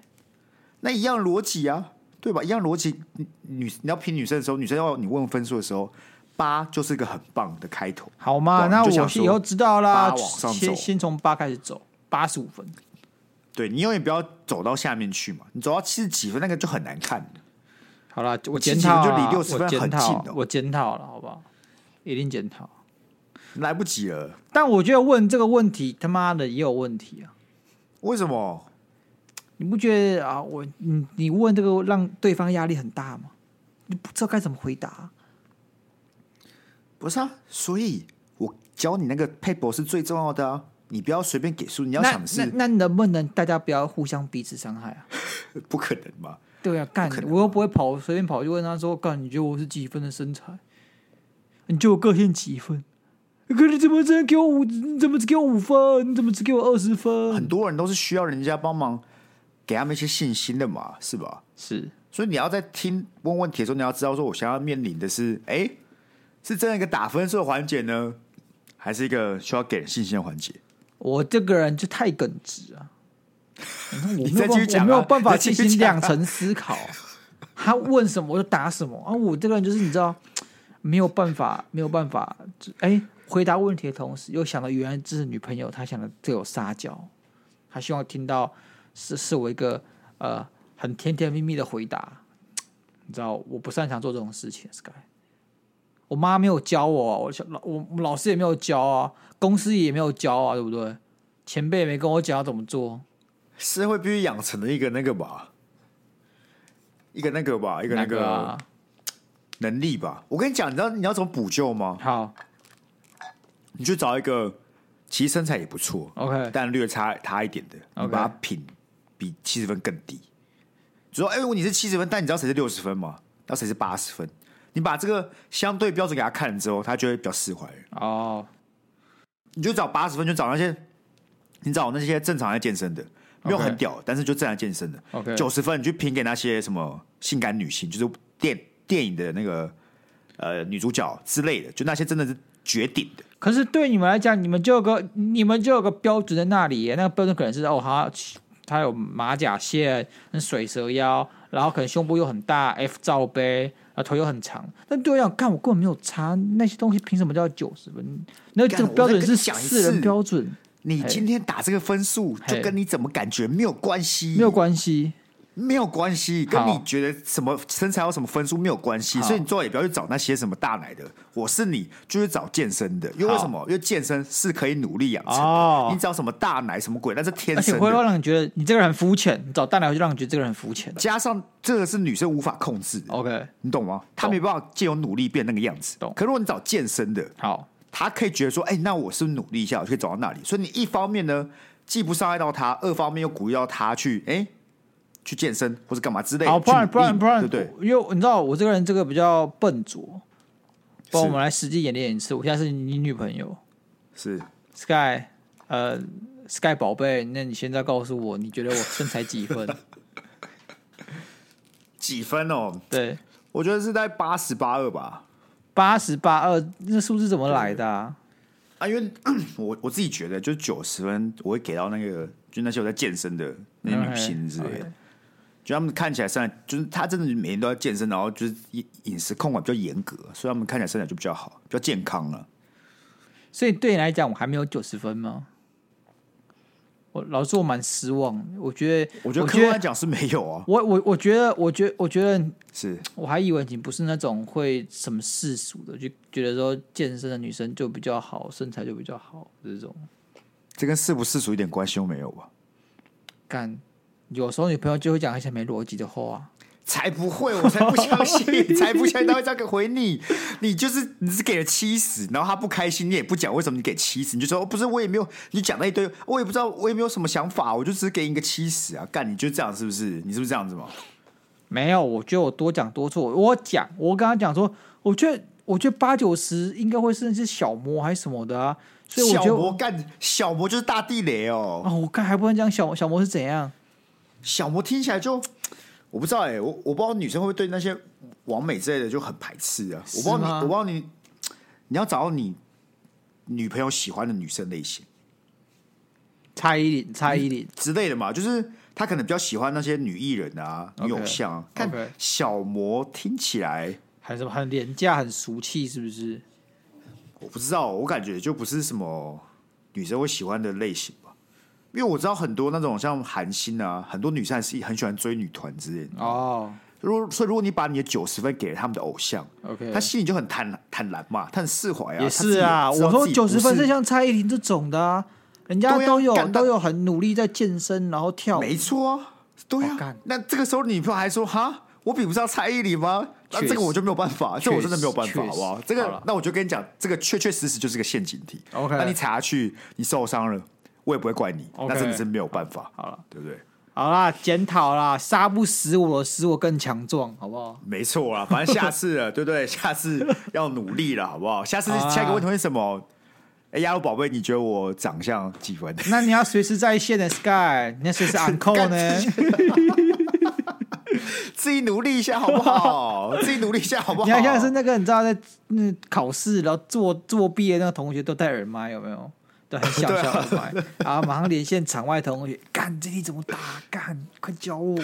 S1: 那一样逻辑啊，对吧？一样逻辑，你女你要评女生的时候，女生要你问分数的时候，八就是一个很棒的开头。
S2: 好嘛，
S1: 哇
S2: 那
S1: 啊你就想
S2: 我
S1: 说
S2: 以后知道啦
S1: 八，往上走
S2: 先先从八开始走，八十五分。
S1: 对你永远不要走到下面去嘛，你走到七十几分那个就很难看了。
S2: 好啦，我
S1: 其
S2: 检
S1: 实
S2: 讨啦
S1: 就离60分
S2: 我检
S1: 很
S2: 讨啊
S1: 近哦
S2: 我检讨了，好不好？一定检讨。
S1: 来不及了。
S2: 但我觉得问这个问题，他妈的也有问题啊！
S1: 为什么？
S2: 你不觉得啊？我你你问这个让对方压力很大吗？你不知道该怎么回答啊、
S1: 不是啊，所以我教你那个 paper 是最重要的啊，你不要随便给数，你要
S2: 那
S1: 想的
S2: 那
S1: 是
S2: 那能不能大家不要互相彼此伤害啊？
S1: 不可能嘛。
S2: 对啊，干
S1: 不可能
S2: 我又不会跑，随便跑就问他说：“干，你觉得我是几分的身材？你觉得我个性几分？可你怎么只能给我五？你怎么只给我五分？你怎么只给我二十分
S1: 很？”多人都是需要人家帮忙给他们一些信心的嘛，是吧？
S2: 是
S1: 所以你要在听问问题的时候，你要知道说我想要面临的是，哎、是这样一个打分数的环节呢，还是一个需要给人信心的环节？
S2: 我这个人就太耿直 啊！我
S1: 你
S2: 没有
S1: 再继
S2: 办法，
S1: 续讲
S2: 我没
S1: 啊
S2: 有办法
S1: 你再继
S2: 进
S1: 续
S2: 行
S1: 讲啊
S2: 两层思考啊、他问什么我就答什么啊！我这个人就是你知道，没有办法，没有办法，就哎，回答问题的同时又想到原来这是女朋友，她想的对我撒娇，她希望听到是是我一个呃很甜甜蜜蜜的回答。你知道我不擅长做这种事情，Sky。我妈没有教我啊，我小老我我老师也没有教啊，公司也没有教啊，对不对？前辈也没跟我讲要怎么做，
S1: 社会必须养成的一个那个吧，一个那个吧，一个那
S2: 个
S1: 个
S2: 啊
S1: 能力吧。我跟你讲，你知道你要怎么补救吗？
S2: 好
S1: 你去找一个其实身材也不错，
S2: ，OK，
S1: 但略差差一点的，你
S2: OK
S1: 把它评比七十分更低。就说，哎、如果你是七十分，但你知道谁是六十分吗？那谁是八十分？你把这个相对标准给他看了之后，他就会比较释怀了。
S2: 哦，
S1: 你就找八十分，就找那些，你找那些正常在健身的，没有
S2: OK
S1: 很屌，但是就正常健身的。
S2: OK
S1: 九十分你去评给那些什么性感女性，就是电电影的那个呃女主角之类的，就那些真的是绝顶的。
S2: 可是对你们来讲，你们就有个你们就有个标准在那里耶，那个标准可能是哦，他他有马甲线、水蛇腰，然后可能胸部又很大，F 罩杯，啊，头又很长。但对我来讲，干我根本没有差，那些东西凭什么叫九十分？那这
S1: 干
S2: 个
S1: 我
S2: 标准
S1: 再跟
S2: 是
S1: 你讲一
S2: 四
S1: 次
S2: 人标准，
S1: 你今天打这个分数，
S2: 嘿
S1: 就跟你怎么感觉没有关系，
S2: 没有关系。
S1: 没有关系，跟
S2: 好
S1: 你觉得什么身材有什么分数没有关系，
S2: 好
S1: 所以你最好也不要去找那些什么大奶的。我是你，就去找健身的，因为为什么？因为健身是可以努力养成的。
S2: 哦
S1: 你找什么大奶什么鬼，那是天
S2: 而且
S1: 生
S2: 会
S1: 的。
S2: 让你觉得你这个人很肤浅，你找大奶就让你觉得这个人很肤浅。
S1: 加上这个是女生无法控制的，
S2: OK，
S1: 你懂吗？她没办法借由努力变那个样子
S2: 哦懂。
S1: 可如果你找健身的，
S2: 好，
S1: 他可以觉得说，哎、那我是不是努力一下，我可以走到那里。所以你一方面呢，既不伤害到他，二方面又鼓励到他去，哎、去健身或者干嘛之类的。
S2: 好，不然
S1: 去
S2: 不
S1: 努力
S2: 然不然，
S1: 对不对？
S2: 因为你知道我这个人这个比较笨拙，不然我
S1: 是
S2: 们来实际演练一次。我现在是你女朋友
S1: 是
S2: Sky，呃，Sky 宝贝，那你现在告诉我，你觉得我身材几 分？
S1: 几分哦？
S2: 对，
S1: 我觉得是在八十八二吧。
S2: 八十八二，那数字怎么来的、啊？
S1: 啊，因为 我我自己觉得，就是九十分，我会给到那个，就那些有在健身的那些女星之类的
S2: OK，OK
S1: 就他们看起来身材，就是她真的每天都在健身，然后就是饮饮食控管比较严格，所以他们看起来身材就比较好，比较健康了。
S2: 所以对你来讲，我还没有九十分吗？我老实说，我蛮失望的。我觉得，
S1: 我觉得
S2: 我
S1: 客
S2: 觉
S1: 观来
S2: 得，
S1: 讲是没有啊，
S2: 我我我觉得，我觉得，我觉得
S1: 是
S2: 我还以为你不是那种会什么世俗的，就觉得说健身的女生就比较好，身材就比较好这种。
S1: 这跟是不世俗一点关系都没有吧？
S2: 干，有时候女朋友就会讲一些没逻辑的话、
S1: 才不会，我才不 相信，才不相信他会这样回你。你就是你只给了七十，然后他不开心，你也不讲为什么你给七十，你就说、哦、不是我也没有，你讲那一堆，我也不知道，我也没有什么想法，我就只是给你一个七十啊，干你就这样是不是？你是不是这样子嘛？
S2: 没有，我觉得我多讲多错。我讲，我跟他讲说，我觉得我觉得八九十应该会是那些小模还是什么的啊，所以我
S1: 小
S2: 觉得
S1: 魔干小魔就是大地雷哦，
S2: 啊，我看还不能讲小小魔是怎样。
S1: 小魔听起来就我不知道哎、我我不知道女生会不会对那些完美之类的就很排斥啊，我不知道
S2: 是
S1: 你，
S2: 吗
S1: 我不知道你，你要找到你女朋友喜欢的女生类型。
S2: 蔡依林，蔡依林，
S1: 之类的嘛，就是他可能比较喜欢那些女艺人啊、
S2: OK，
S1: 女偶像啊。看
S2: OK
S1: 小魔听起来，
S2: 还有什么很廉价、很俗气，是不是？
S1: 我不知道，我感觉就不是什么女生会喜欢的类型吧。因为我知道很多那种像韩星啊，很多女生还是很喜欢追女团之类的。
S2: 哦
S1: 如果所以如果你把你的九十分给了他们的偶像，
S2: ，OK，
S1: 他心里就很坦坦然嘛，他很释怀啊。
S2: 也是啊，
S1: 他自己
S2: 我说九十分
S1: 知道自
S2: 是
S1: 己
S2: 像蔡依林这种的啊，人家
S1: 对啊
S2: 都有、
S1: 干
S2: 都有很努力在健身，然后跳
S1: 不
S2: 舞
S1: 是，没错啊，对
S2: 哦
S1: 啊
S2: 干。
S1: 那这个时候你女朋友还说哈。我比不上蔡依林吗？那
S2: 确
S1: 这个
S2: 实
S1: 我就没有办法，这我真的没有办
S2: 确
S1: 法，
S2: 实
S1: 好不好？这
S2: 好
S1: 个
S2: 了，
S1: 那我就跟你讲，这个确确实实就是个陷阱题。
S2: OK
S1: 那你踩下去，你受伤了，我也不会怪你，
S2: OK
S1: 那真的是没有办法，
S2: 好了，
S1: 对不对？
S2: 好啦，检讨啦，杀不死我，使我更强壮，好不好？
S1: 没错啦，反正下次 了，对不对？下次要努力了，好不好？下次
S2: 好啊
S1: 下一个问题是什么？哎，亚鲁宝贝，你觉得我长相几分？
S2: 那你要随时在线的 Sky，你要随时 uncle 呢？
S1: 自己努力一下好 不好？自己努力一下好不好？
S2: 你要像是那个你知道在那考试然后作作弊的那个同学都戴耳麦，有没有？对，很小
S1: 对啊
S2: 小耳 麦，然后马上连线场外同学，干这题怎么打？干，快教我！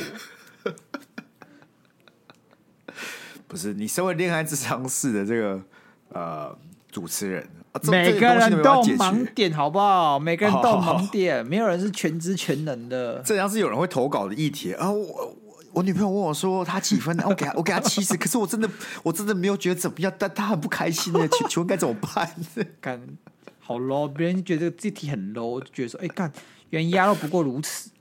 S1: 不是你身为恋爱智商室的这个呃主持人，啊、这
S2: 每
S1: 这
S2: 个
S1: 东西
S2: 人
S1: 没
S2: 都
S1: 办法
S2: 有
S1: 解
S2: 盲
S1: 决。
S2: 点，好不 好？每个人都有
S1: 好好好
S2: 盲点，没有人是全知全能的。
S1: 这要是有人会投稿的议题啊，我我我女朋友问我说她几分，啊我给她我给她七十，可是我真的我真的没有觉得怎么样，但她很不开心 的，请请问该怎么办？
S2: 干，好 low，别人觉得这题很 low，就觉得说，哎、干，原压肉不过如 此。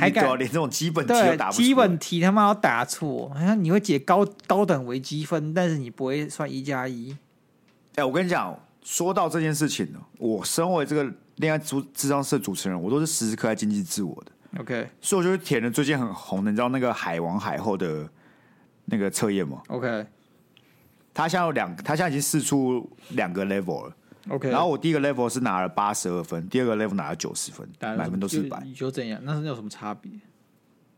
S2: 还
S1: 你
S2: 敢
S1: 对啊，连这种基本题都
S2: 对
S1: 答，不出来
S2: 基本题他妈要答错，好像你会解高高等微积分，但是你不会算一加一。
S1: 哎、我跟你讲，说到这件事情呢，我身为这个恋爱主智商室的主持人，我都是时时刻刻在经济自我的。
S2: OK
S1: 所以我就填了最近很红的，你知道那个海王海后的那个测验吗？
S2: OK
S1: 他现在有两，他现在已经试出两个 level 了。
S2: OK，
S1: 然后我第一个 level 是拿了八十二分，第二个 level 拿了九十分，
S2: 答案
S1: 满分都是一
S2: 就
S1: 百。
S2: 有怎样？那是有什么差别？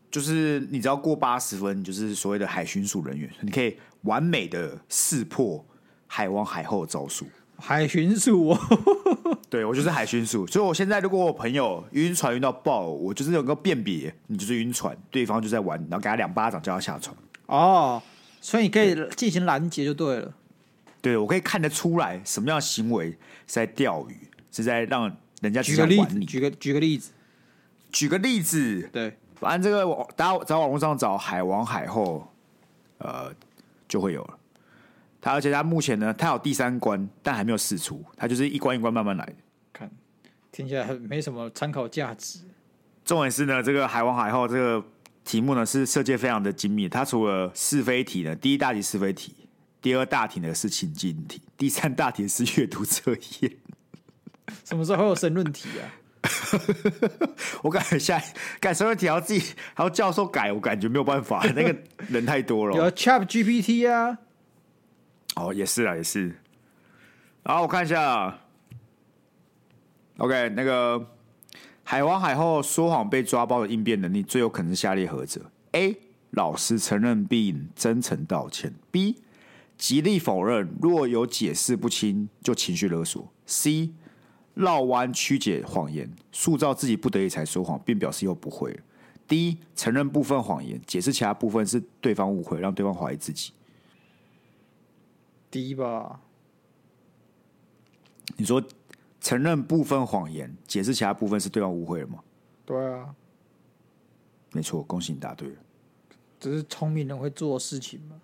S1: 就是你只要过八十分，你就是所谓的海巡署人员，你可以完美的识破海王海后的招数。
S2: 海巡署哦，
S1: 对我就是海巡署，所以我现在如果我朋友晕船晕到爆，我就是能够辨别你就是晕船，对方就在玩，然后给他两巴掌叫他下船。
S2: 哦，所以你可以进行拦截就对了。
S1: 对，我可以看得出来什么样的行为是在钓鱼，是在让人家
S2: 举
S1: 只
S2: 个
S1: 想
S2: 例
S1: 玩
S2: 子，
S1: 你。
S2: 举个举个例子，
S1: 举个例子，
S2: 对，
S1: 反正这个网大家在网络上找海王海后，呃，就会有了。他而且他目前呢，他有第三关，但还没有试出，他就是一关一关慢慢来的。
S2: 看听起来很没什么参考价值。
S1: 重点是呢，这个海王海后这个题目呢是设计得非常的精密，它除了是非题呢，第一大题是非题，第二大题呢是情境题，第三大题是阅读测验。
S2: 什么时候会有申论题啊？
S1: 我感觉下改申论题还要自己还要教授改，我感觉没有办法，那个人太多 了。
S2: 有啊 Chat GPT 啊，
S1: 哦，也是啊，也是。然后我看一下，OK，那个海王海后说谎被抓包的应变能力，最有可能是下列何者？A. 老实承认并真诚道歉；B. 极力否认，若有解释不清就情绪勒索；C. 绕弯曲解谎言，塑造自己不得已才说谎，并表示又不会了；D. 承认部分谎言，解释其他部分是对方误会，让对方怀疑自己。
S2: 第一吧，
S1: 你说承认部分谎言，解释其他部分是对方误会了吗？
S2: 对啊，
S1: 没错，恭喜你答对了。
S2: 只是聪明人会做的事情嘛。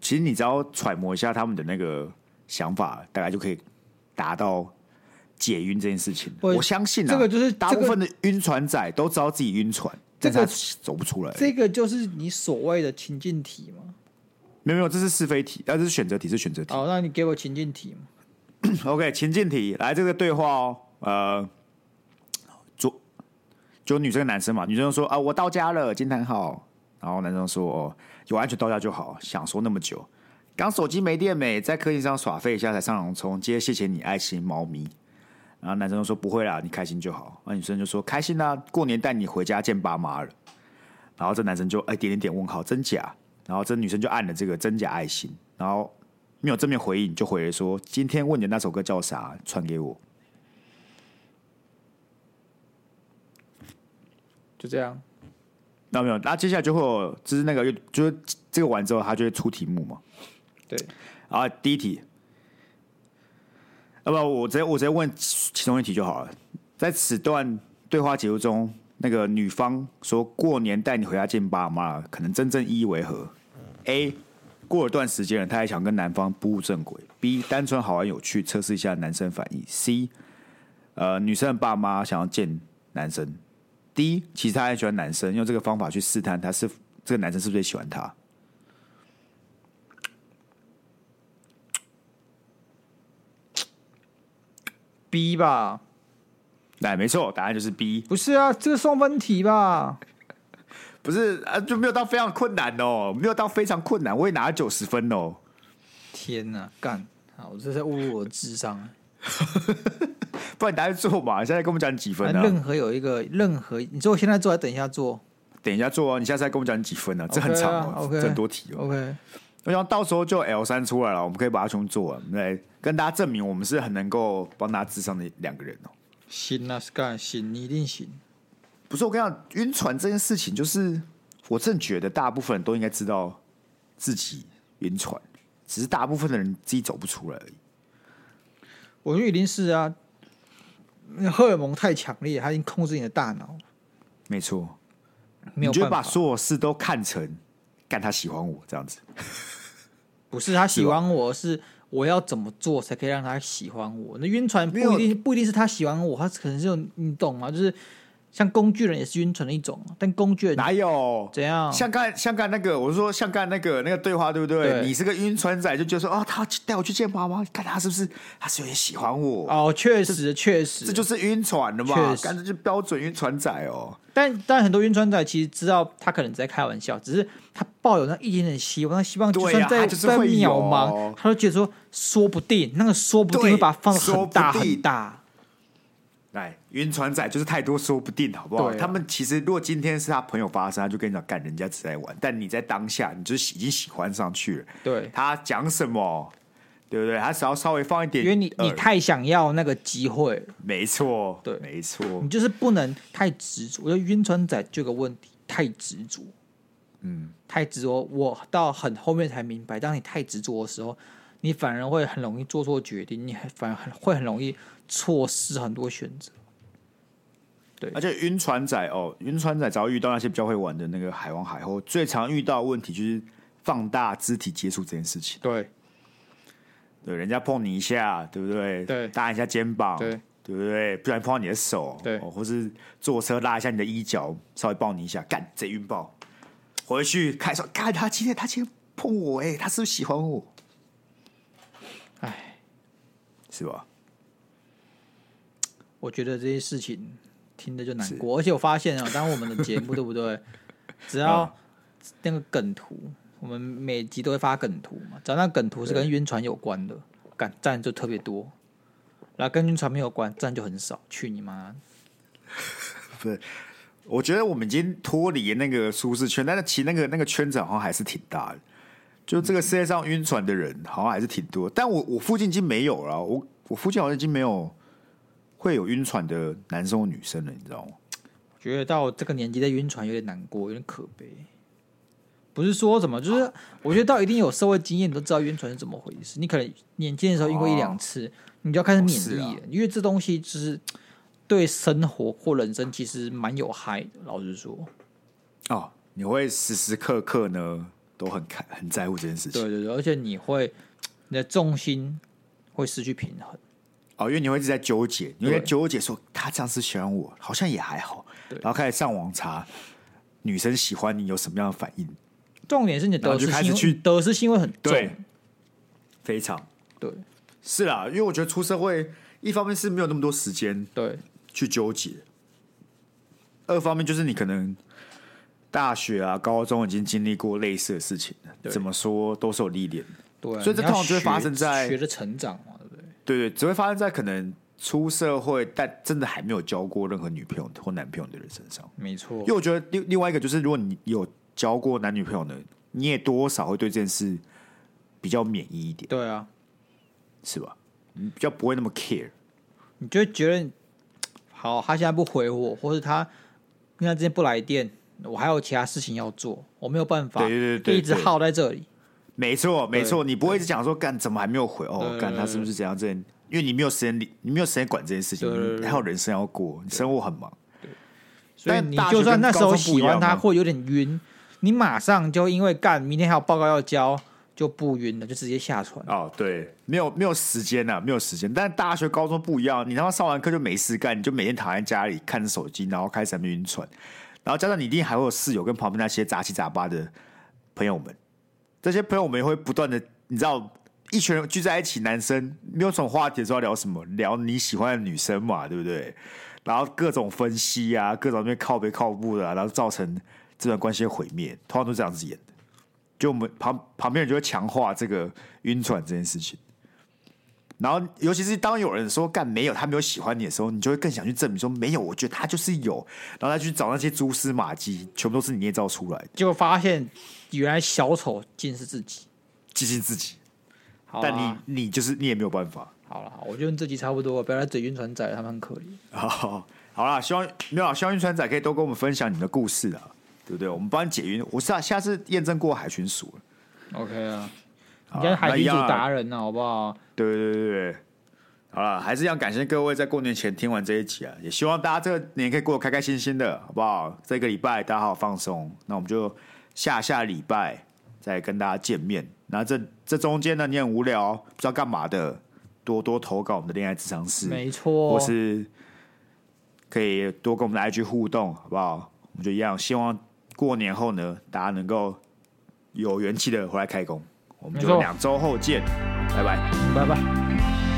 S1: 其实你只要揣摩一下他们的那个想法，大概就可以达到解晕这件事情。
S2: 我
S1: 我相信、啊、
S2: 这个就是
S1: 大
S2: 这
S1: 部
S2: 个
S1: 分的晕船仔都知道自己晕船，
S2: 这
S1: 但
S2: 个
S1: 是他走不出来。
S2: 这个就是你所谓的情境题嘛。
S1: 没有没有，这是是非题，啊，这是选择题，是选择题。
S2: 好，那你给我情境题嘛。
S1: OK，情境题，来这个对话哦，呃，昨就女生跟男生嘛，女生说啊，我到家了，今天很好。然后男生说哦，有安全到家就好，想说那么久。刚手机没电没，在客厅上耍废一下才上洋葱，接谢谢你爱心猫咪。然后男生就说不会啦，你开心就好。那女生就说开心啦、过年带你回家见爸妈了。然后这男生就哎点点点问号真假，然后这女生就按了这个真假爱心，然后没有正面回应，就回了说今天问你的那首歌叫啥，传给我。
S2: 就这样，
S1: 那没有，那接下来就会有就是那个就是这个完之后，他就会出题目嘛。
S2: 对，
S1: 然后第一题，啊要不我直接我直接问其中一题就好了。在此段对话结束中，那个女方说过年带你回家见爸妈，可能真正意义为何？A 过了段时间了，她还想跟男方步入正轨。B 单纯好玩有趣，测试一下男生反应。C 呃，女生的爸妈想要见男生。D 其实她很喜欢男生，用这个方法去试探他是这个男生是不是也喜欢她。
S2: B 吧，
S1: 哎，没错，答案就是 B。
S2: 不是啊，这个送分题吧？
S1: 不是啊，就没有到非常困难哦，没有到非常困难，我也拿了九十分哦。
S2: 天哪、干！啊，我这是在侮辱我的智商啊。
S1: 不然你拿去做嘛，你现在跟我们讲你几分啊呢、
S2: 那任何有一个任何，你说我现在做，还等一下做
S1: 等一下做哦，你下次再跟我们讲你几分呢、这
S2: OK 啊
S1: 很长哦
S2: OK
S1: 这很多题哦。
S2: ？OK，
S1: 我想到时候就 L 三出来了，我们可以把它全部做完，我们来跟大家证明我们是很能够帮大家智商的两个人哦。
S2: 行啊，干行，你一定行。
S1: 不是我跟你讲，晕船这件事情，就是我真的觉得大部分人都应该知道自己晕船，只是大部分的人自己走不出来而已。
S2: 我觉得一定是啊，那荷尔蒙太强烈，它已经控制你的大脑，
S1: 没错，
S2: 没有
S1: 你就
S2: 办
S1: 把
S2: 法。
S1: 所有事都看成干他喜欢我这样子。
S2: 不是他喜欢我，是我要怎么做才可以让他喜欢我？那晕船不
S1: 没有
S2: 一定不一定是他喜欢我，他可能是有你懂吗？就是像工具人也是晕船的一种，但工具人
S1: 哪有？
S2: 怎样？
S1: 像干像干那个，我是说像干那个那个对话，对不对？
S2: 对
S1: 你是个晕船仔，就觉得说啊，他带我去见妈妈，看他是不是他是有点喜欢我，
S2: 哦，确实确实，
S1: 这就是晕船的嘛
S2: 确，实
S1: 干这就标准晕船仔哦。
S2: 但但很多晕船仔其实知道他可能在开玩笑，只是他抱有那一点点希望，他希望就
S1: 对
S2: 算
S1: 呀
S2: 在、
S1: 他就是
S2: 在
S1: 会
S2: 渺
S1: 有
S2: 茫，他都觉得说说不定那个说不定
S1: 对
S2: 会把它放得
S1: 说
S2: 很
S1: 不
S2: 大
S1: 定
S2: 很大。
S1: 来，晕船仔就是太多说不定，好不好？
S2: 对啊
S1: 他们其实如果今天是他朋友发生，他就跟你讲，干人家只在玩，但你在当下你就是已经喜欢上去了。
S2: 对，
S1: 他讲什么，对不对？他只要稍微放一点
S2: 因为
S1: 耳，
S2: 你你太想要那个机会了，
S1: 没错，
S2: 对嗯
S1: 没错
S2: 你，就是不能太执着。我觉得晕船仔就有个问题，太执着。嗯，太执着，我到很后面才明白，当你太执着的时候，你反而会很容易做错决定，你反而很会很容易错失很多选择。
S1: 而且晕船仔哦，晕船仔只要遇到那些比较会玩的那个海王海后，最常遇到的问题就是放大肢体接触这件事情。
S2: 对
S1: 对，人家碰你一下，对不对？
S2: 对
S1: 搭一下肩膀，
S2: 对
S1: 对不对？不然碰到你的手，
S2: 对
S1: 哦，或是坐车拉一下你的衣角，稍微抱你一下，干，贼晕爆。回去看说，干他今天他今天碰我、哎，他是不是喜欢我？
S2: 哎，
S1: 是吧？
S2: 我觉得这些事情听着就难过，而且我发现啊，当我们的节目对不对，只要那个梗图，我们每集都会发梗图嘛，只要那梗图是跟晕船有关的，敢赞就特别多，然后跟晕船没有关，赞就很少，去你妈！
S1: 我觉得我们已经脱离那个舒适圈，但是其实那个那个圈子好像还是挺大的。就这个世界上晕船的人好像还是挺多，但我我附近已经没有了。我我附近好像已经没有会有晕船的男生或女生了，你知道吗？
S2: 我觉得到这个年纪再晕船有点难过，有点可悲。不是说什么，就是我觉得到一定有社会经验，你都知道晕船是怎么回事。你可能年轻的时候晕过一两次，你就要开始免疫
S1: 哦
S2: 了，
S1: 是
S2: 因为这东西就是对生活或人生其实蛮有害的。老实说，
S1: 哦，你会时时刻刻呢都很看很在乎这件事
S2: 对
S1: 情
S2: 对对，而且你会你的重心会失去平衡。
S1: 哦，因为你会一直在纠结，你会在
S2: 对
S1: 纠结说他这样是喜欢我，好像也还好，
S2: 对
S1: 然后开始上网查女生喜欢你有什么样的反应，
S2: 重点是你的
S1: 然后
S2: 得失
S1: 就开始
S2: 心
S1: 去
S2: 会，得失心会很重。
S1: 对非常
S2: 对
S1: 是啦，因为我觉得出社会，一方面是没有那么多时间
S2: 对
S1: 去纠结，二方面就是你可能大学啊、高中已经经历过类似的事情了，
S2: 对
S1: 怎么说都是有历练的。
S2: 对啊，
S1: 所以这
S2: 你要
S1: 通常就会发
S2: 学
S1: 生在
S2: 学着成长嘛，对不对？
S1: 对对，只会发生在可能出社会但真的还没有交过任何女朋友或男朋友的人身上。
S2: 没错
S1: 因为。我觉得另另外一个就是，如果你有交过男女朋友呢，你也多少会对这件事比较免疫一点，
S2: 对啊，
S1: 是吧？你比较不会那么 care。
S2: 你就会觉得，好，他现在不回我，或是他跟他之间不来电，我还有其他事情要做，我没有办法，
S1: 对对对对
S2: 一直耗在这里。
S1: 没错，没错，
S2: 对
S1: 你不会一直讲说干怎么还没有回哦
S2: 对，
S1: 干他是不是怎样这样？因为你没有时间理，你没有时间管这件事情
S2: 对对，对
S1: 你还有人生要过，你生活很忙。
S2: 所以
S1: 但
S2: 你
S1: 大学
S2: 就算
S1: 跟
S2: 那时候
S1: 高中不
S2: 喜
S1: 一样
S2: 欢他，
S1: 啊
S2: 会有点晕，你马上就因为干，明天还有报告要交，就不晕了，就直接下船。
S1: 哦，对，没有没有时间呐、啊，没有时间。但大学、高中不一样，你他妈上完课就没事干，你就每天躺在家里看手机，然后开始在那边晕船，然后加上你一定还会有室友跟旁边那些杂七杂八的朋友们，这些朋友们也会不断的，你知道，一群人聚在一起，男生没有什么话题的时候要聊什么？聊你喜欢的女生嘛，对不对？然后各种分析啊，各种那边靠背靠步的啊、然后造成这段关系的毁灭，通常都这样子演的。就我们旁旁边人就会强化这个晕船这件事情。然后，尤其是当有人说“干没有，他没有喜欢你”的时候，你就会更想去证明说“没有，我觉得他就是有”，然后再去找那些蛛丝马迹，全部都是你捏造出来的，
S2: 结果发现原来小丑竟是自己。
S1: 寄信自己。
S2: 好啦
S1: 但你你就是你也没有办法。
S2: 好了，我觉得这集差不多了，不要再嘴晕船仔了，他们很可怜。
S1: 好，好啦，希望没有啊希望晕船仔可以多跟我们分享你们的故事啊，对不对？我们帮你解晕。我啊下下次验证过海巡署了，
S2: OK 啊，
S1: 好
S2: 你
S1: 啊
S2: 家海
S1: 那
S2: 军
S1: 一
S2: 组
S1: 样啊
S2: 达人呢、好不好？
S1: 对对对对对。好了，还是要感谢各位在过年前听完这一集啊，也希望大家这个年可以过得开开心心的，好不好？这个礼拜大家好好放松，那我们就下下礼拜再跟大家见面。那这这中间呢，你很无聊不知道干嘛的，多多投稿我们的恋爱智商室，
S2: 没错，
S1: 或是可以多跟我们的 IG 互动，好不好？我们就一样，希望过年后呢，大家能够有元气的回来开工。我们
S2: 没
S1: 就
S2: 错
S1: 两周后见，拜拜。
S2: 拜拜。